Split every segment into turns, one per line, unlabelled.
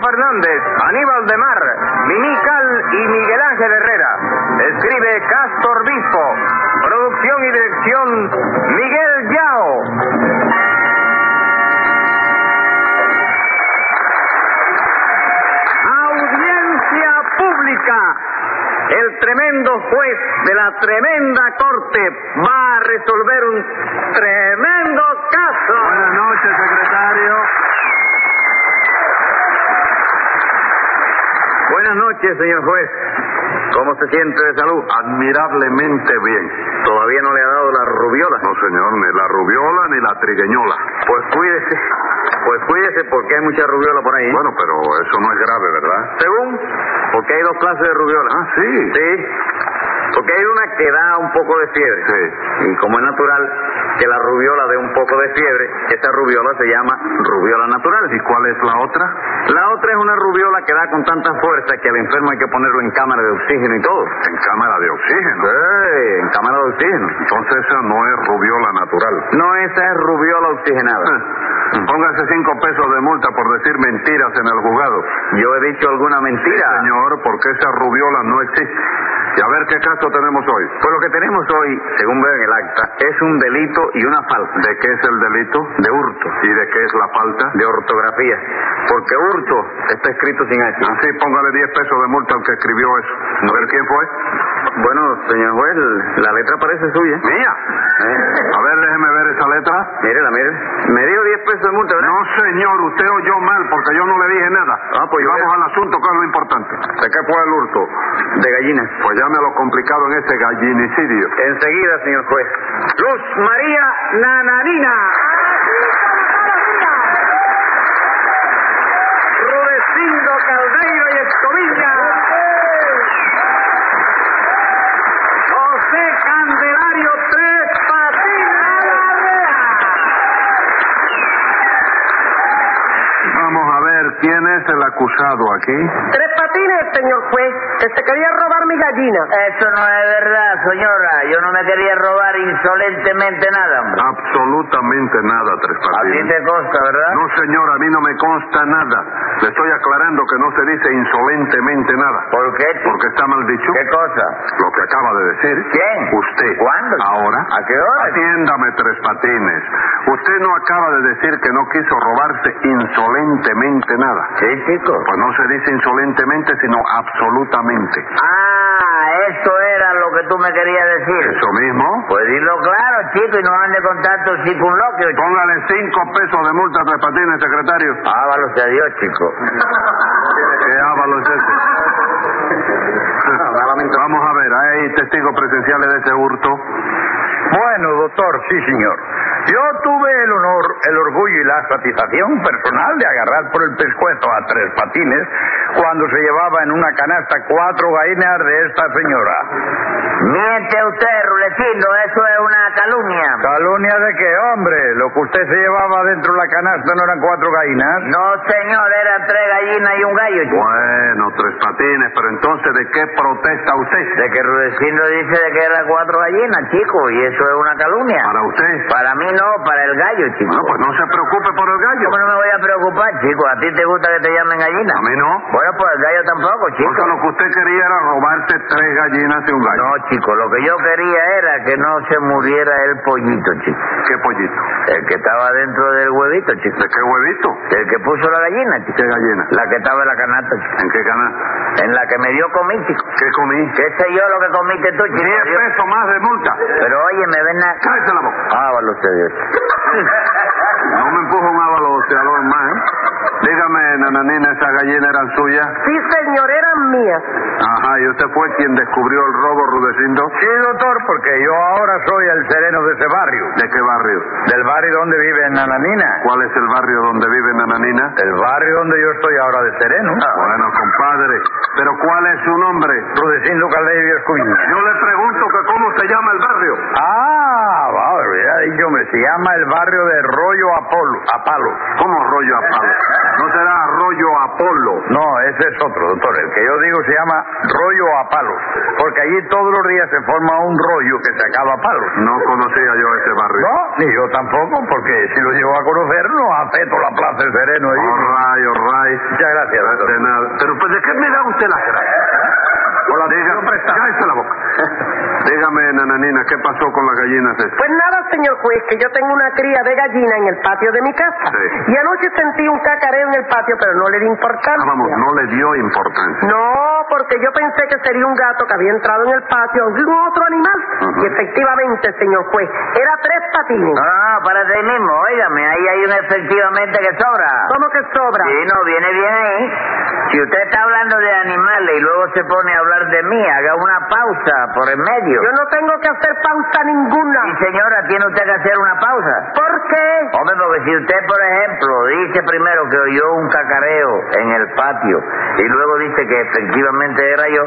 Fernández, Aníbal de Mar, Minical y Miguel Ángel Herrera. Escribe Castor Bispo. Producción y dirección Miguel Yao.
Audiencia pública. El tremendo juez de la tremenda corte va a resolver un tremendo caso.
Buenas noches, secretario.
Buenas noches, señor juez. ¿Cómo se siente de salud?
Admirablemente bien.
Todavía no le ha dado la rubiola.
No, señor, ni la rubiola ni la trigueñola.
Pues cuídese. Pues cuídese porque hay mucha rubiola por ahí. ¿eh?
Bueno, pero eso no es grave, ¿verdad?
según, porque hay dos clases de rubiola.
Ah, sí.
Sí, porque hay una que da un poco de fiebre.
Sí.
Y como es natural que la rubiola dé un poco de fiebre, esa rubiola se llama rubiola natural.
¿Y cuál es la otra?
La otra es una rubiola que da con tanta fuerza que al enfermo hay que ponerlo en cámara de oxígeno y todo.
En cámara de oxígeno.
Sí, en cámara de oxígeno.
Entonces esa no es rubiola natural.
No, esa es rubiola oxigenada.
Ah,
Mm.
Póngase cinco pesos de multa por decir mentiras en el juzgado.
Yo he dicho alguna mentira.
Señor, porque esa rubiola no existe. Y a ver qué caso tenemos hoy.
Pues lo que tenemos hoy, según veo en el acta, es un delito y una falta.
¿De qué es el delito?
De hurto.
¿Y de qué es la falta?
De ortografía. Porque hurto está escrito sin H.
Así, Ah, póngale 10 pesos de multa al que escribió eso. A ver quién fue.
Bueno, señor juez, la letra parece suya.
Mía.
Eh,
A ver, déjeme ver esa letra.
mírela, mire. Me dio 10 pesos de multa, ¿verdad?
No, señor, usted oyó mal porque yo no le dije nada.
Ah, pues
Y
yo-
vamos al asunto, que es lo importante. ¿De qué fue el hurto?
De gallina.
Pues llame a lo complicado en este gallinicidio.
Enseguida, señor juez. Luz María Nananina. Rudecindo Caldeiro y Escobilla. José Candelario Tres Patines Larrea.
Vamos a ver, ¿quién es el acusado aquí?
Tres patines, señor juez, que se quería robar mi gallina.
Eso no es verdad, señora. Yo no me quería robar insolentemente nada, hombre.
Absolutamente nada, Tres
A ti
Patines.
te consta, ¿verdad?
No, señor, a mí no me consta nada. Le estoy aclarando que no se dice insolentemente nada.
¿Por qué? chico?
Porque está mal dicho
¿Qué cosa?
lo que acaba de decir.
¿Quién?
Usted.
¿Cuándo?
Ahora.
¿A pues. qué hora?
Atiéndame, Tres Patines. Usted no acaba de decir que no quiso robarse insolentemente nada.
Sí, chico.
Pues no se dice insolentemente, sino absolutamente.
Ah, eso era lo que tú me querías decir.
Eso mismo.
Pues dilo claro, chico, y no ande con tanto circunloquio. chico.
Póngale cinco pesos de multa a Tres Patines, secretario.
Ávalo sea Dios, chico.
¿Qué ávalo es ese? Vamos a ver, ¿hay testigos presenciales de ese hurto?
Bueno, doctor, sí, señor. Yo tuve el honor, el orgullo y la satisfacción personal de agarrar por el pescuezo a tres patines cuando se llevaba en una canasta cuatro gallinas de esta señora.
Miente usted, Rulecindo, eso es una calumnia.
¿Calumnia de qué, hombre? Lo que usted se llevaba dentro de la canasta no eran cuatro gallinas.
No, señor, eran tres gallinas y un gallo, chico.
Bueno, Tres Patines, pero entonces, ¿de qué protesta usted?
De que Rudecindo dice de que era cuatro gallinas, chico, y eso es una calumnia.
¿Para usted?
Para mí no, para el gallo, chico.
Bueno, pues no se preocupe por el gallo.
¿Cómo no me voy a preocupar, chico? ¿A ti te gusta que te llamen gallina?
A mí no.
Bueno, pues el gallo tampoco, chico.
Porque lo que usted quería era robarte tres gallinas y un gallo.
No, chico, lo que yo quería era que no se muriera el pollito, chico.
¿Qué pollito?
El que estaba dentro del huevito, chico.
¿De qué huevito?
El que puso la gallina, chico.
¿Qué gallina?
La que estaba en la canasta, chico.
¿En qué canasta?
En la que me dio comí, chico.
¿Qué comí?
¿Qué sé yo lo que comiste tú, chico?
Diez
Yo-
pesos más de multa.
Pero oye, me ven a...
Cállese la boca.
Ah, vale usted, Dios.
No me empujo un avaloceador más, ¿eh? Dígame, nananina, ¿esa gallina eran suyas?
Sí, señor, eran mías.
Ajá, ¿y usted fue quien descubrió el robo, Rudecindo?
Sí, doctor, porque yo ahora soy el sereno de ese barrio.
¿De qué barrio?
Del barrio donde vive Nananina.
¿Cuál es el barrio donde vive Nananina?
El barrio donde yo estoy ahora de sereno.
Ah.
Bueno, compadre, ¿pero cuál es su nombre?
Rudecindo Caldeiro y Escuña.
Yo le pregunto que cómo se llama el barrio.
Ah, va, hubiera dicho, me se llama el barrio de Rollo Apolo, Apalo.
¿Cómo rollo a palo? No será Arroyo Apolo.
No, ese es otro, doctor. El que yo digo se llama rollo a palos, porque allí todos los días se forma un rollo que se acaba a palos.
No conocía yo ese barrio.
No, ni yo tampoco, porque si lo llevo a conocer, no afecto la plaza del sereno allí.
All right, all right.
Muchas gracias, doctor.
De nada. Pero pues, ¿de qué me da usted las gracias? Por la Diga, cállese la boca. Dígame, nananina, ¿qué pasó con las gallinas esas?
Pues nada, señor juez, que yo tengo una cría de gallina en el patio de mi casa.
Sí.
Y anoche sentí un cacareo en el patio, pero no le di
Ah,
importancia.
vamos, no le dio importancia.
No, porque yo pensé que sería un gato que había entrado en el patio, aunque un otro animal.
Ujú.
Y efectivamente, señor juez, era tres patines.
No,
Ah.
no, no, párate ahí mismo, óigame, ahí hay un efectivamente que sobra.
¿Cómo que sobra?
Sí, no, viene bien ahí. Si usted está hablando de animales y luego se pone a hablar de mí, haga una pausa por el medio.
Yo no tengo que hacer pausa ninguna.
Y señora, tiene usted que hacer una pausa.
¿Por qué?
Hombre, porque si usted, por ejemplo, dice primero que oyó un cacareo en el patio y luego dice que efectivamente era yo,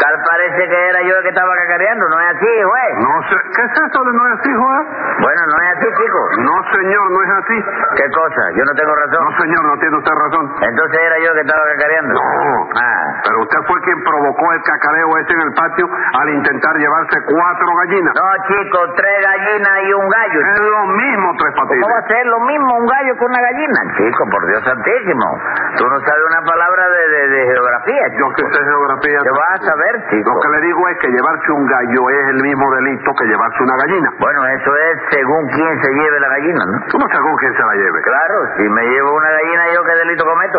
tal parece que era yo el que estaba cacareando, ¿no es así, juez?
No sé, ¿qué es eso de no es así, Juan?
Bueno, no es así, chico.
No, señor, no es así.
¿Qué cosa? Yo no tengo razón.
No, señor, no tiene usted razón.
Entonces era yo el que estaba cacareando.
No.
Ah.
Pero usted fue quien provocó el cacareo ese en el patio al intentar llevarse cuatro gallinas.
No, chico, tres gallinas y un gallo.
Es lo mismo, Tres
Ah, ¿Cómo va
Patines.
a ser lo mismo un gallo que una gallina? Chico, por Dios santísimo. Tú no sabes una palabra de, de, de geografía,
Yo
chico.
que sé geografía.
¿Qué vas a saber, chico?
Lo que le digo es que llevarse un gallo es el mismo delito que llevarse una gallina.
Bueno, eso es según quién se lleve la gallina, ¿no?
Tú no sabes con quién se la lleve.
Claro, si me llevo una gallina, ¿yo qué delito cometo?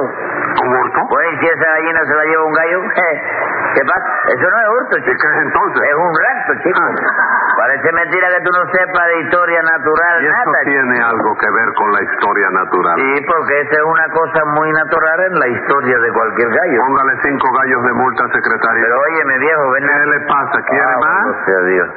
¿Un hurto?
Pues si esa gallina se la lleva un gallo, ¿qué pasa? Eso no es hurto, Ah,
¿Y
chico.
qué es entonces?
Es un rapto, chico. Parece mentira que tú no sepas de historia natural,
Y esto
nada,
tiene algo que ver con la historia natural.
Sí, porque esa es una cosa muy natural en la historia de cualquier gallo.
Póngale cinco gallos de multa, secretario.
Pero Ah, óyeme, viejo, ven
¿Qué le pasa? ¿Quiere más?
Dios.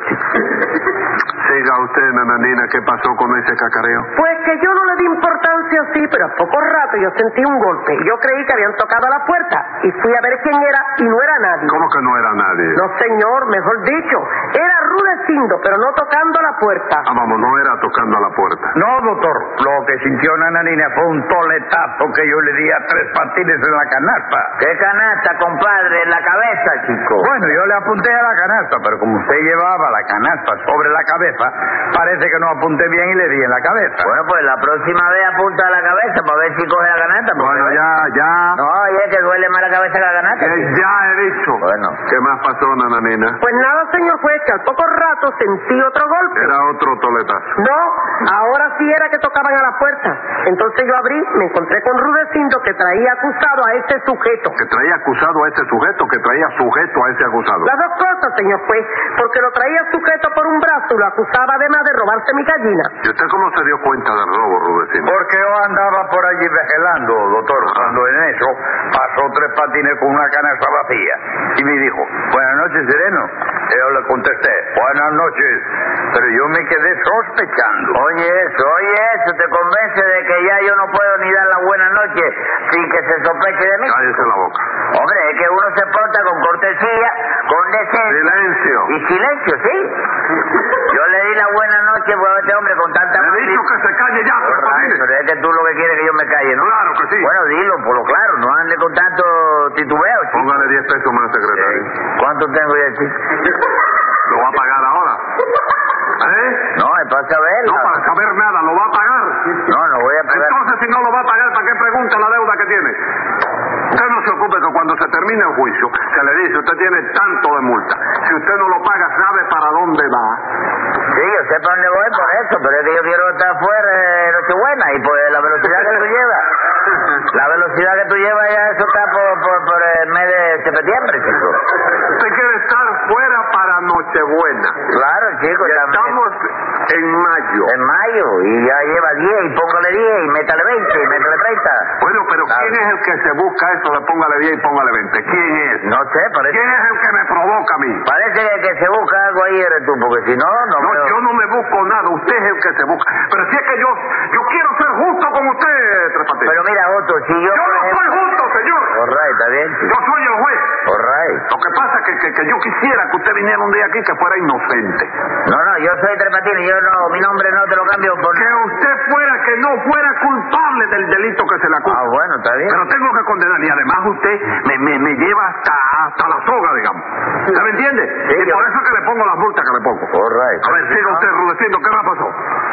Siga usted, nananina, ¿qué pasó con ese cacareo?
Pues que yo no le di importancia, sí, pero a poco rato yo sentí un golpe. Yo creí que habían tocado la puerta y fui a ver quién era y no era nadie.
¿Cómo que no era nadie?
No, señor, mejor dicho, era Rudecindo, pero no tocando la puerta.
Ah, vamos, no era tocando a la puerta.
No, doctor, lo que sintió Nananina fue un toletazo que yo le di a tres patines en la canasta.
¿Qué canasta, compadre? En la cabeza, chico.
Bueno, yo le apunté a la canasta, pero como usted llevaba la canasta sobre la cabeza, parece que no apunté bien y le di en la cabeza.
Bueno, pues la próxima vez apunta a la cabeza para ver si coge la canasta. porque-
Bueno, ya, ya.
No, oye, que duele más la cabeza que la canasta.
que Eh, ya he dicho.
Bueno.
¿Qué más pasó, nananina?
Pues nada, señor juez, que al poco rato sentí otro golpe.
Era otro toletazo.
No, ahora sí era que tocaban a la puerta. Entonces yo abrí, me encontré con Rudecindo que traía acusado a ese sujeto.
Que traía acusado a ese sujeto, que traía sujeto a ese acusado.
Las dos cosas, señor juez, porque lo traía sujeto por un brazo y lo acusaba además de robarse mi gallina.
¿Y usted cómo se dio cuenta del robo, Rudecindo?
Porque yo andaba por allí vigilando, doctor, cuando en eso pasó tres patines con una canasta vacía. Y me dijo, buenas noches, Sereno. Yo le contesté, buenas noches. Pero yo me quedé sospechando.
Oye eso, oye eso, te convence de que ya yo no puedo ni dar la buena noche sin que se sospeche de mí.
Cállese la boca.
Hombre, es que uno se porta con cortesía, con decencia
Silencio.
y silencio, ¿sí? Yo le di la buena noche pues, a este hombre con tanta...
Le he dicho que se calle ya, Tres Patines.
Pero es que tú lo que quieres es que yo me calle, ¿no?
Claro que Ah, sí.
Bueno, dilo, por lo claro, no ande con tanto titubeo, chico.
Póngale 10 pesos más, secretario.
¿Cuánto tengo ya, chico?
¿Lo va a pagar ahora? ¿Eh?
No, es para saberlo.
No para saber nada, lo va a pagar.
No, no voy a pagar.
Entonces, si no lo va a pagar, ¿para qué pregunta la deuda que tiene? Usted no se ocupe que cuando se termine el juicio, se le dice, usted tiene tanto de multa. Si usted no lo paga, sabe para dónde va.
Sí, yo sé para dónde voy por eso, pero es que yo quiero estar fuera de Nochebuena y pues la velocidad que tú llevas, la velocidad que tú llevas ya eso está por, por, por el mes de septiembre, chico.
Usted quiere estar fuera para Nochebuena.
Claro, chico,
Y
también.
Estamos en mayo.
en mayo y ya lleva 10 y póngale 10 y métale 20 y métale 30.
Bueno, pero ¿quién es el que se busca eso de póngale 10 y póngale 20? ¿Quién es?
No sé, parece,
¿Quién es el que me provoca a mí?
parece que el que se busca algo ahí eres tú, porque si no, no,
No,
veo-
yo no me busco nada, usted es el que se busca. Pero si es que yo, yo quiero ser justo con usted, Tres Patines.
Pero mira, Otto, si yo...
Yo no
por
soy
ejemplo-
justo, señor.
All right, está bien,
Yo
chico.
soy el juez.
All right.
Lo que pasa pasa que, que, que yo quisiera que usted viniera un día aquí que fuera inocente.
No, no, yo soy Tres Patines, yo no, mi nombre no te lo cambio por...
Que usted fuera, que no fuera culpable del delito que se le acusa.
Ah, bueno, está bien.
Pero tengo que condenar y además usted me, me, me lleva hasta, hasta la soga, digamos. ¿Se me entiende?
Sí,
y
yo-
por eso es que le pongo las multas que le pongo.
All right.
A ver, siga usted Rudecindo, ¿qué más pasó?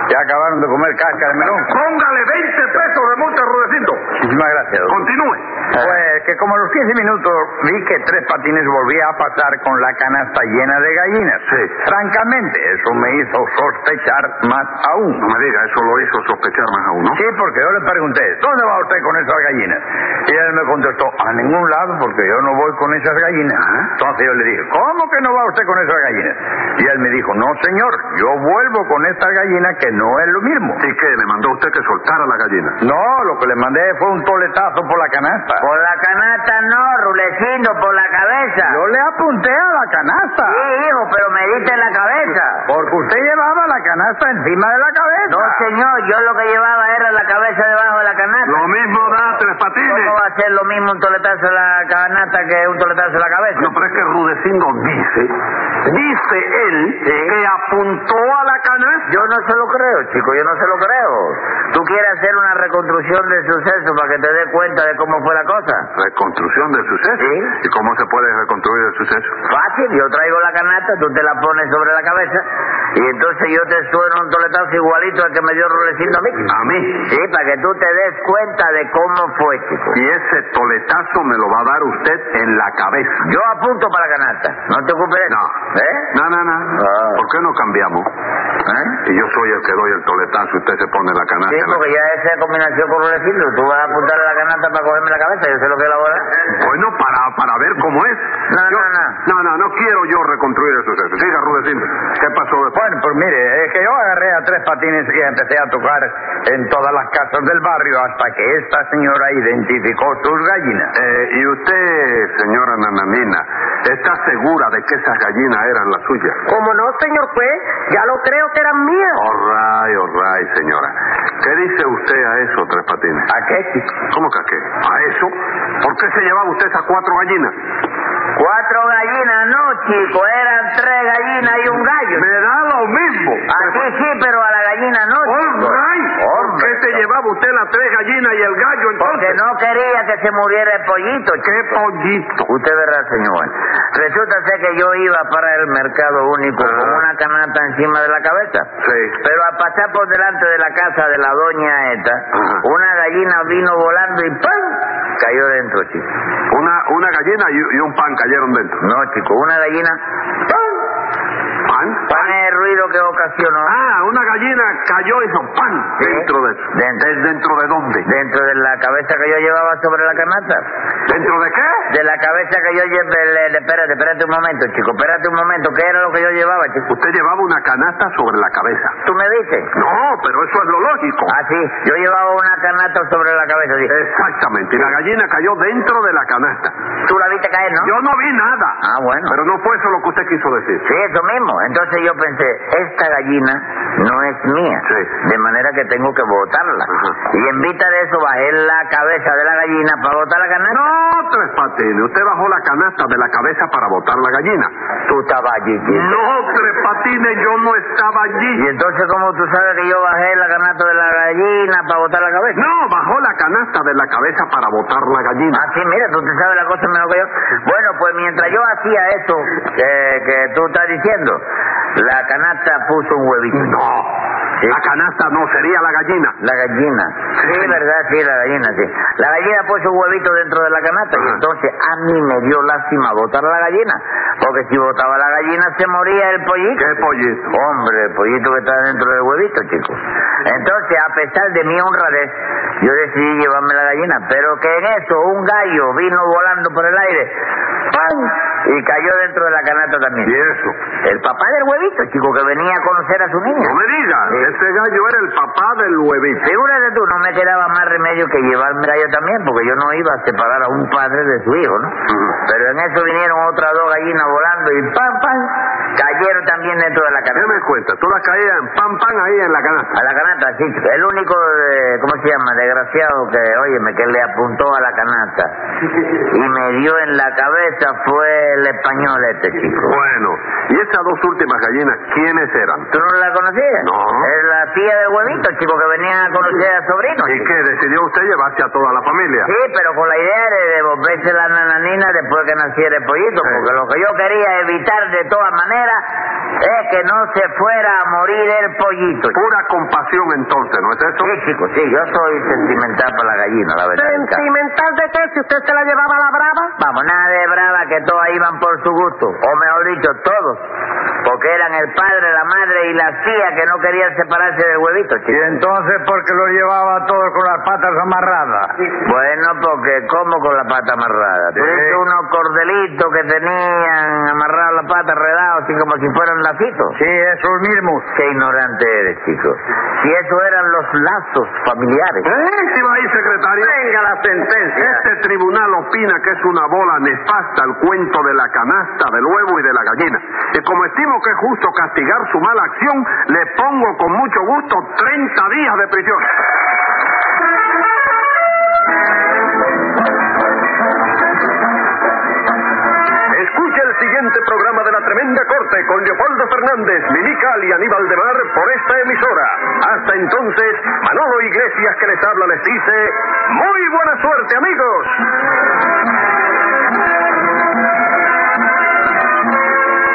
Ya acabaron de comer casca de melón.
Póngale 20 pesos de multa, Rudecindo.
Muchísimas gracias. doctor.
Continúe.
Pues que como a los 15 minutos vi que Tres Patines volvía a pasar con la canasta llena de gallinas. Francamente, eso me hizo sospechar más aún.
No me diga, eso lo hizo sospechar más aún, ¿no?
Sí, porque yo le pregunté, ¿dónde va usted con esas gallinas? Y él me contestó, a ningún lado porque yo no voy con esas gallinas. Entonces yo le dije, ¿cómo que no va usted con esas gallinas? Y él me dijo, no señor, yo vuelvo con estas gallinas que no es lo mismo.
¿Y qué? ¿Le mandó usted que soltara la gallina?
No, lo que le mandé fue un toletazo por la canasta.
Por la canasta no, Rulecindo, por la cabeza.
Yo le apunté a la canasta.
Sí, hijo, pero me diste en la cabeza.
Porque usted llevaba la canasta encima de la cabeza.
No, señor, yo lo que llevaba era la cabeza debajo de la canasta.
Lo mismo da tres patines.
¿Cómo va a ser lo mismo un toletazo a la canasta que un toletazo a la cabeza?
No, pero es que Rudecindo dice, dice él que apuntó a la canasta.
Yo no se lo creo, chico, yo no se lo creo. ¿Tú quieres hacer una reconstrucción del suceso para que te des cuenta de cómo fue la cosa?
Reconstrucción del suceso.
Sí.
¿Y cómo se puede reconstruir el suceso?
Fácil, yo traigo la canasta, tú te la pones sobre la cabeza y entonces yo te sueno un toletazo igualito al que me dio Rulecindo a mí.
Ah.
A mí.
Sí, para que tú te des cuenta de cómo fue, chico.
Y ese toletazo me lo va a dar usted en la cabeza.
Yo apunto para la canasta, no te ocupes de eso. ¿Eh?
No, no, no.
Ah.
¿Por qué no cambiamos?
¿Eh?
Ah,
Y yo soy el que doy el toletazo y usted se pone la canasta.
Sí,
en la-
porque ya esa combinación con Rulecindo, tú vas a apuntar a la canasta para cogerme la cabeza, yo sé lo que es la bola.
Bueno, para, para ver cómo es.
No,
Yo-
no, no.
No, no, no quiero yo reconstruir el suceso. Siga, Rudecindo. ¿Qué pasó después?
Bueno, pues mire, es que yo agarré a tres patines y empecé a tocar en todas las casas del barrio hasta que esta señora identificó sus gallinas.
Eh, y usted, señora Nananina, ¿está segura de que esas gallinas eran las suyas?
Como no, señor juez, ya lo creo que eran mías.
Oh, Orray, orray, señora. ¿Qué dice usted a eso, Tres Patines?
¿A qué?
¿Cómo que a qué? ¿A eso? ¿Por qué se llevaba usted esas cuatro gallinas?
Cuatro gallinas, no, chico, eran tres gallinas y un gallo.
Me da lo mismo.
Aquí sí, pero a la gallina no, chico.
Orray, ¿por
Hombre,
qué se llevaba usted las tres gallinas y el gallo
Porque
entonces?
no quería que se muriera el pollito,
¡Qué
chico.
pollito!
Usted verá, señor. Resulta ser que yo iba para el mercado único con una canasta encima de la cabeza.
Sí.
Pero al pasar por delante de la casa de la doña esta,
Ajá.
una gallina vino volando y ¡pam! cayó dentro, chico.
Una, una gallina y, y un pan cayeron dentro.
No, chico, una gallina. ¡pam!
¿Pan?
Pan es el ruido que ocasionó.
Ah, una gallina cayó y hizo pan
Sí.
dentro de eso.
Dentro.
¿De- ¿Dentro de dónde?
Dentro de la cabeza que yo llevaba sobre la canasta.
¿Dentro de qué?
De la cabeza que yo llevé, le- le- espérate, espérate un momento, chico, espérate un momento, ¿qué era lo que yo llevaba, chico?
Usted llevaba una canasta sobre la cabeza.
¿Tú me dices?
No, pero eso es lo lógico.
Ah, sí, yo llevaba una canasta sobre la cabeza, sí.
Exactamente. Y la gallina cayó dentro de la canasta.
Tú la viste caer, ¿no?
Yo no vi nada.
Ah, bueno.
Pero no fue eso lo que usted quiso decir.
Sí, eso mismo. Entonces yo pensé, esta gallina no es mía,
Sí.
de manera que tengo que botarla.
Ajá.
Y en vista de eso bajé la cabeza de la gallina para botar la canasta.
No, tres patines. Usted bajó la canasta de la cabeza para botar la gallina.
Tú estabas allí, chico.
No, tres patines, yo no estaba allí.
Y entonces, ¿cómo tú sabes que yo bajé la canasta de la gallina para botar la cabeza?
No, bajó la canasta de la cabeza para botar la gallina.
Ah, sí, mira, tú te sabes la cosa mejor que yo. Bueno, pues mientras yo hacía eso que, que tú estás diciendo, la canasta puso un huevito.
No, la canasta no sería la gallina.
La gallina. Sí, verdad, sí, la gallina, sí. La gallina puso un huevito dentro de la canasta y
Ajá.
entonces a mí me dio lástima botar la gallina. Porque si botaba la gallina se moría el pollito.
¿Qué pollito?
Hombre, el pollito que está dentro del huevito, chicos. Entonces, a pesar de mi honradez, yo decidí llevarme la gallina, pero que en eso un gallo vino volando por el aire, ¡pam! Y cayó dentro de la canasta también.
¿Y eso?
El papá del huevito, chico, que venía a conocer a su niño.
No me digas,
Eh.
ese gallo era el papá del huevito.
Figúrate tú, no me quedaba más remedio que llevarme a yo también, porque yo no iba a separar a un padre de su hijo, ¿no? Pero en eso vinieron otras dos gallinas volando y pan, pan, cayeron también dentro de la canasta.
Déjame cuenta, todas caían pan pan ahí en la canasta.
A la canasta, sí. El único, eh, ¿cómo se llama? Desgraciado que, óyeme, que le apuntó a la canasta y me dio en la cabeza fue el español este chico.
Bueno, ¿y estas dos últimas gallinas quiénes eran?
¿Tú no la conocías?
No.
Es la tía de huevito, chico, que venía a conocer a sobrino.
¿Y
chico.
qué? ¿Decidió usted llevarse a toda la familia?
Sí, pero con la idea de devolverse la nananina después que naciera el pollito,
Sí.
porque lo que yo quería evitar de todas maneras es que no se fuera a morir el pollito. chico.
Pura compasión entonces, ¿no es eso?
Sí, chico, sí, yo soy sentimental para la gallina, la verdad. chica.
¿Sentimental de qué? Si usted se la llevaba a la brava.
Vamos, nada de brava que todas iban por su gusto, o mejor dicho, todos, porque eran el padre, la madre y la tía que no querían separarse del huevito,
Y
chico.
entonces, ¿por qué lo llevaba a todos con las patas amarradas?
Bueno, porque como con la pata amarrada. Tú
Sí.
viste unos cordelitos que tenían amarrado la pata, redados, así como si fueran lacitos.
Sí, esos mismos.
Qué ignorante eres, chico. Si eso eran los lazos familiares.
¿Eh? ¿Sí va ahí, secretario?
Venga la sentencia.
Este tribunal opina que es una bola nefasta el cuento de la canasta, del huevo y de la gallina. Y como estimo que es justo castigar su mala acción, le pongo con mucho gusto 30 días de prisión.
Escucha el siguiente programa de La Tremenda Corte con Leopoldo Fernández, Minical y Aníbal de Mar por esta emisora. Hasta entonces, Manolo Iglesias que les habla les dice, ¡Muy buena suerte amigos!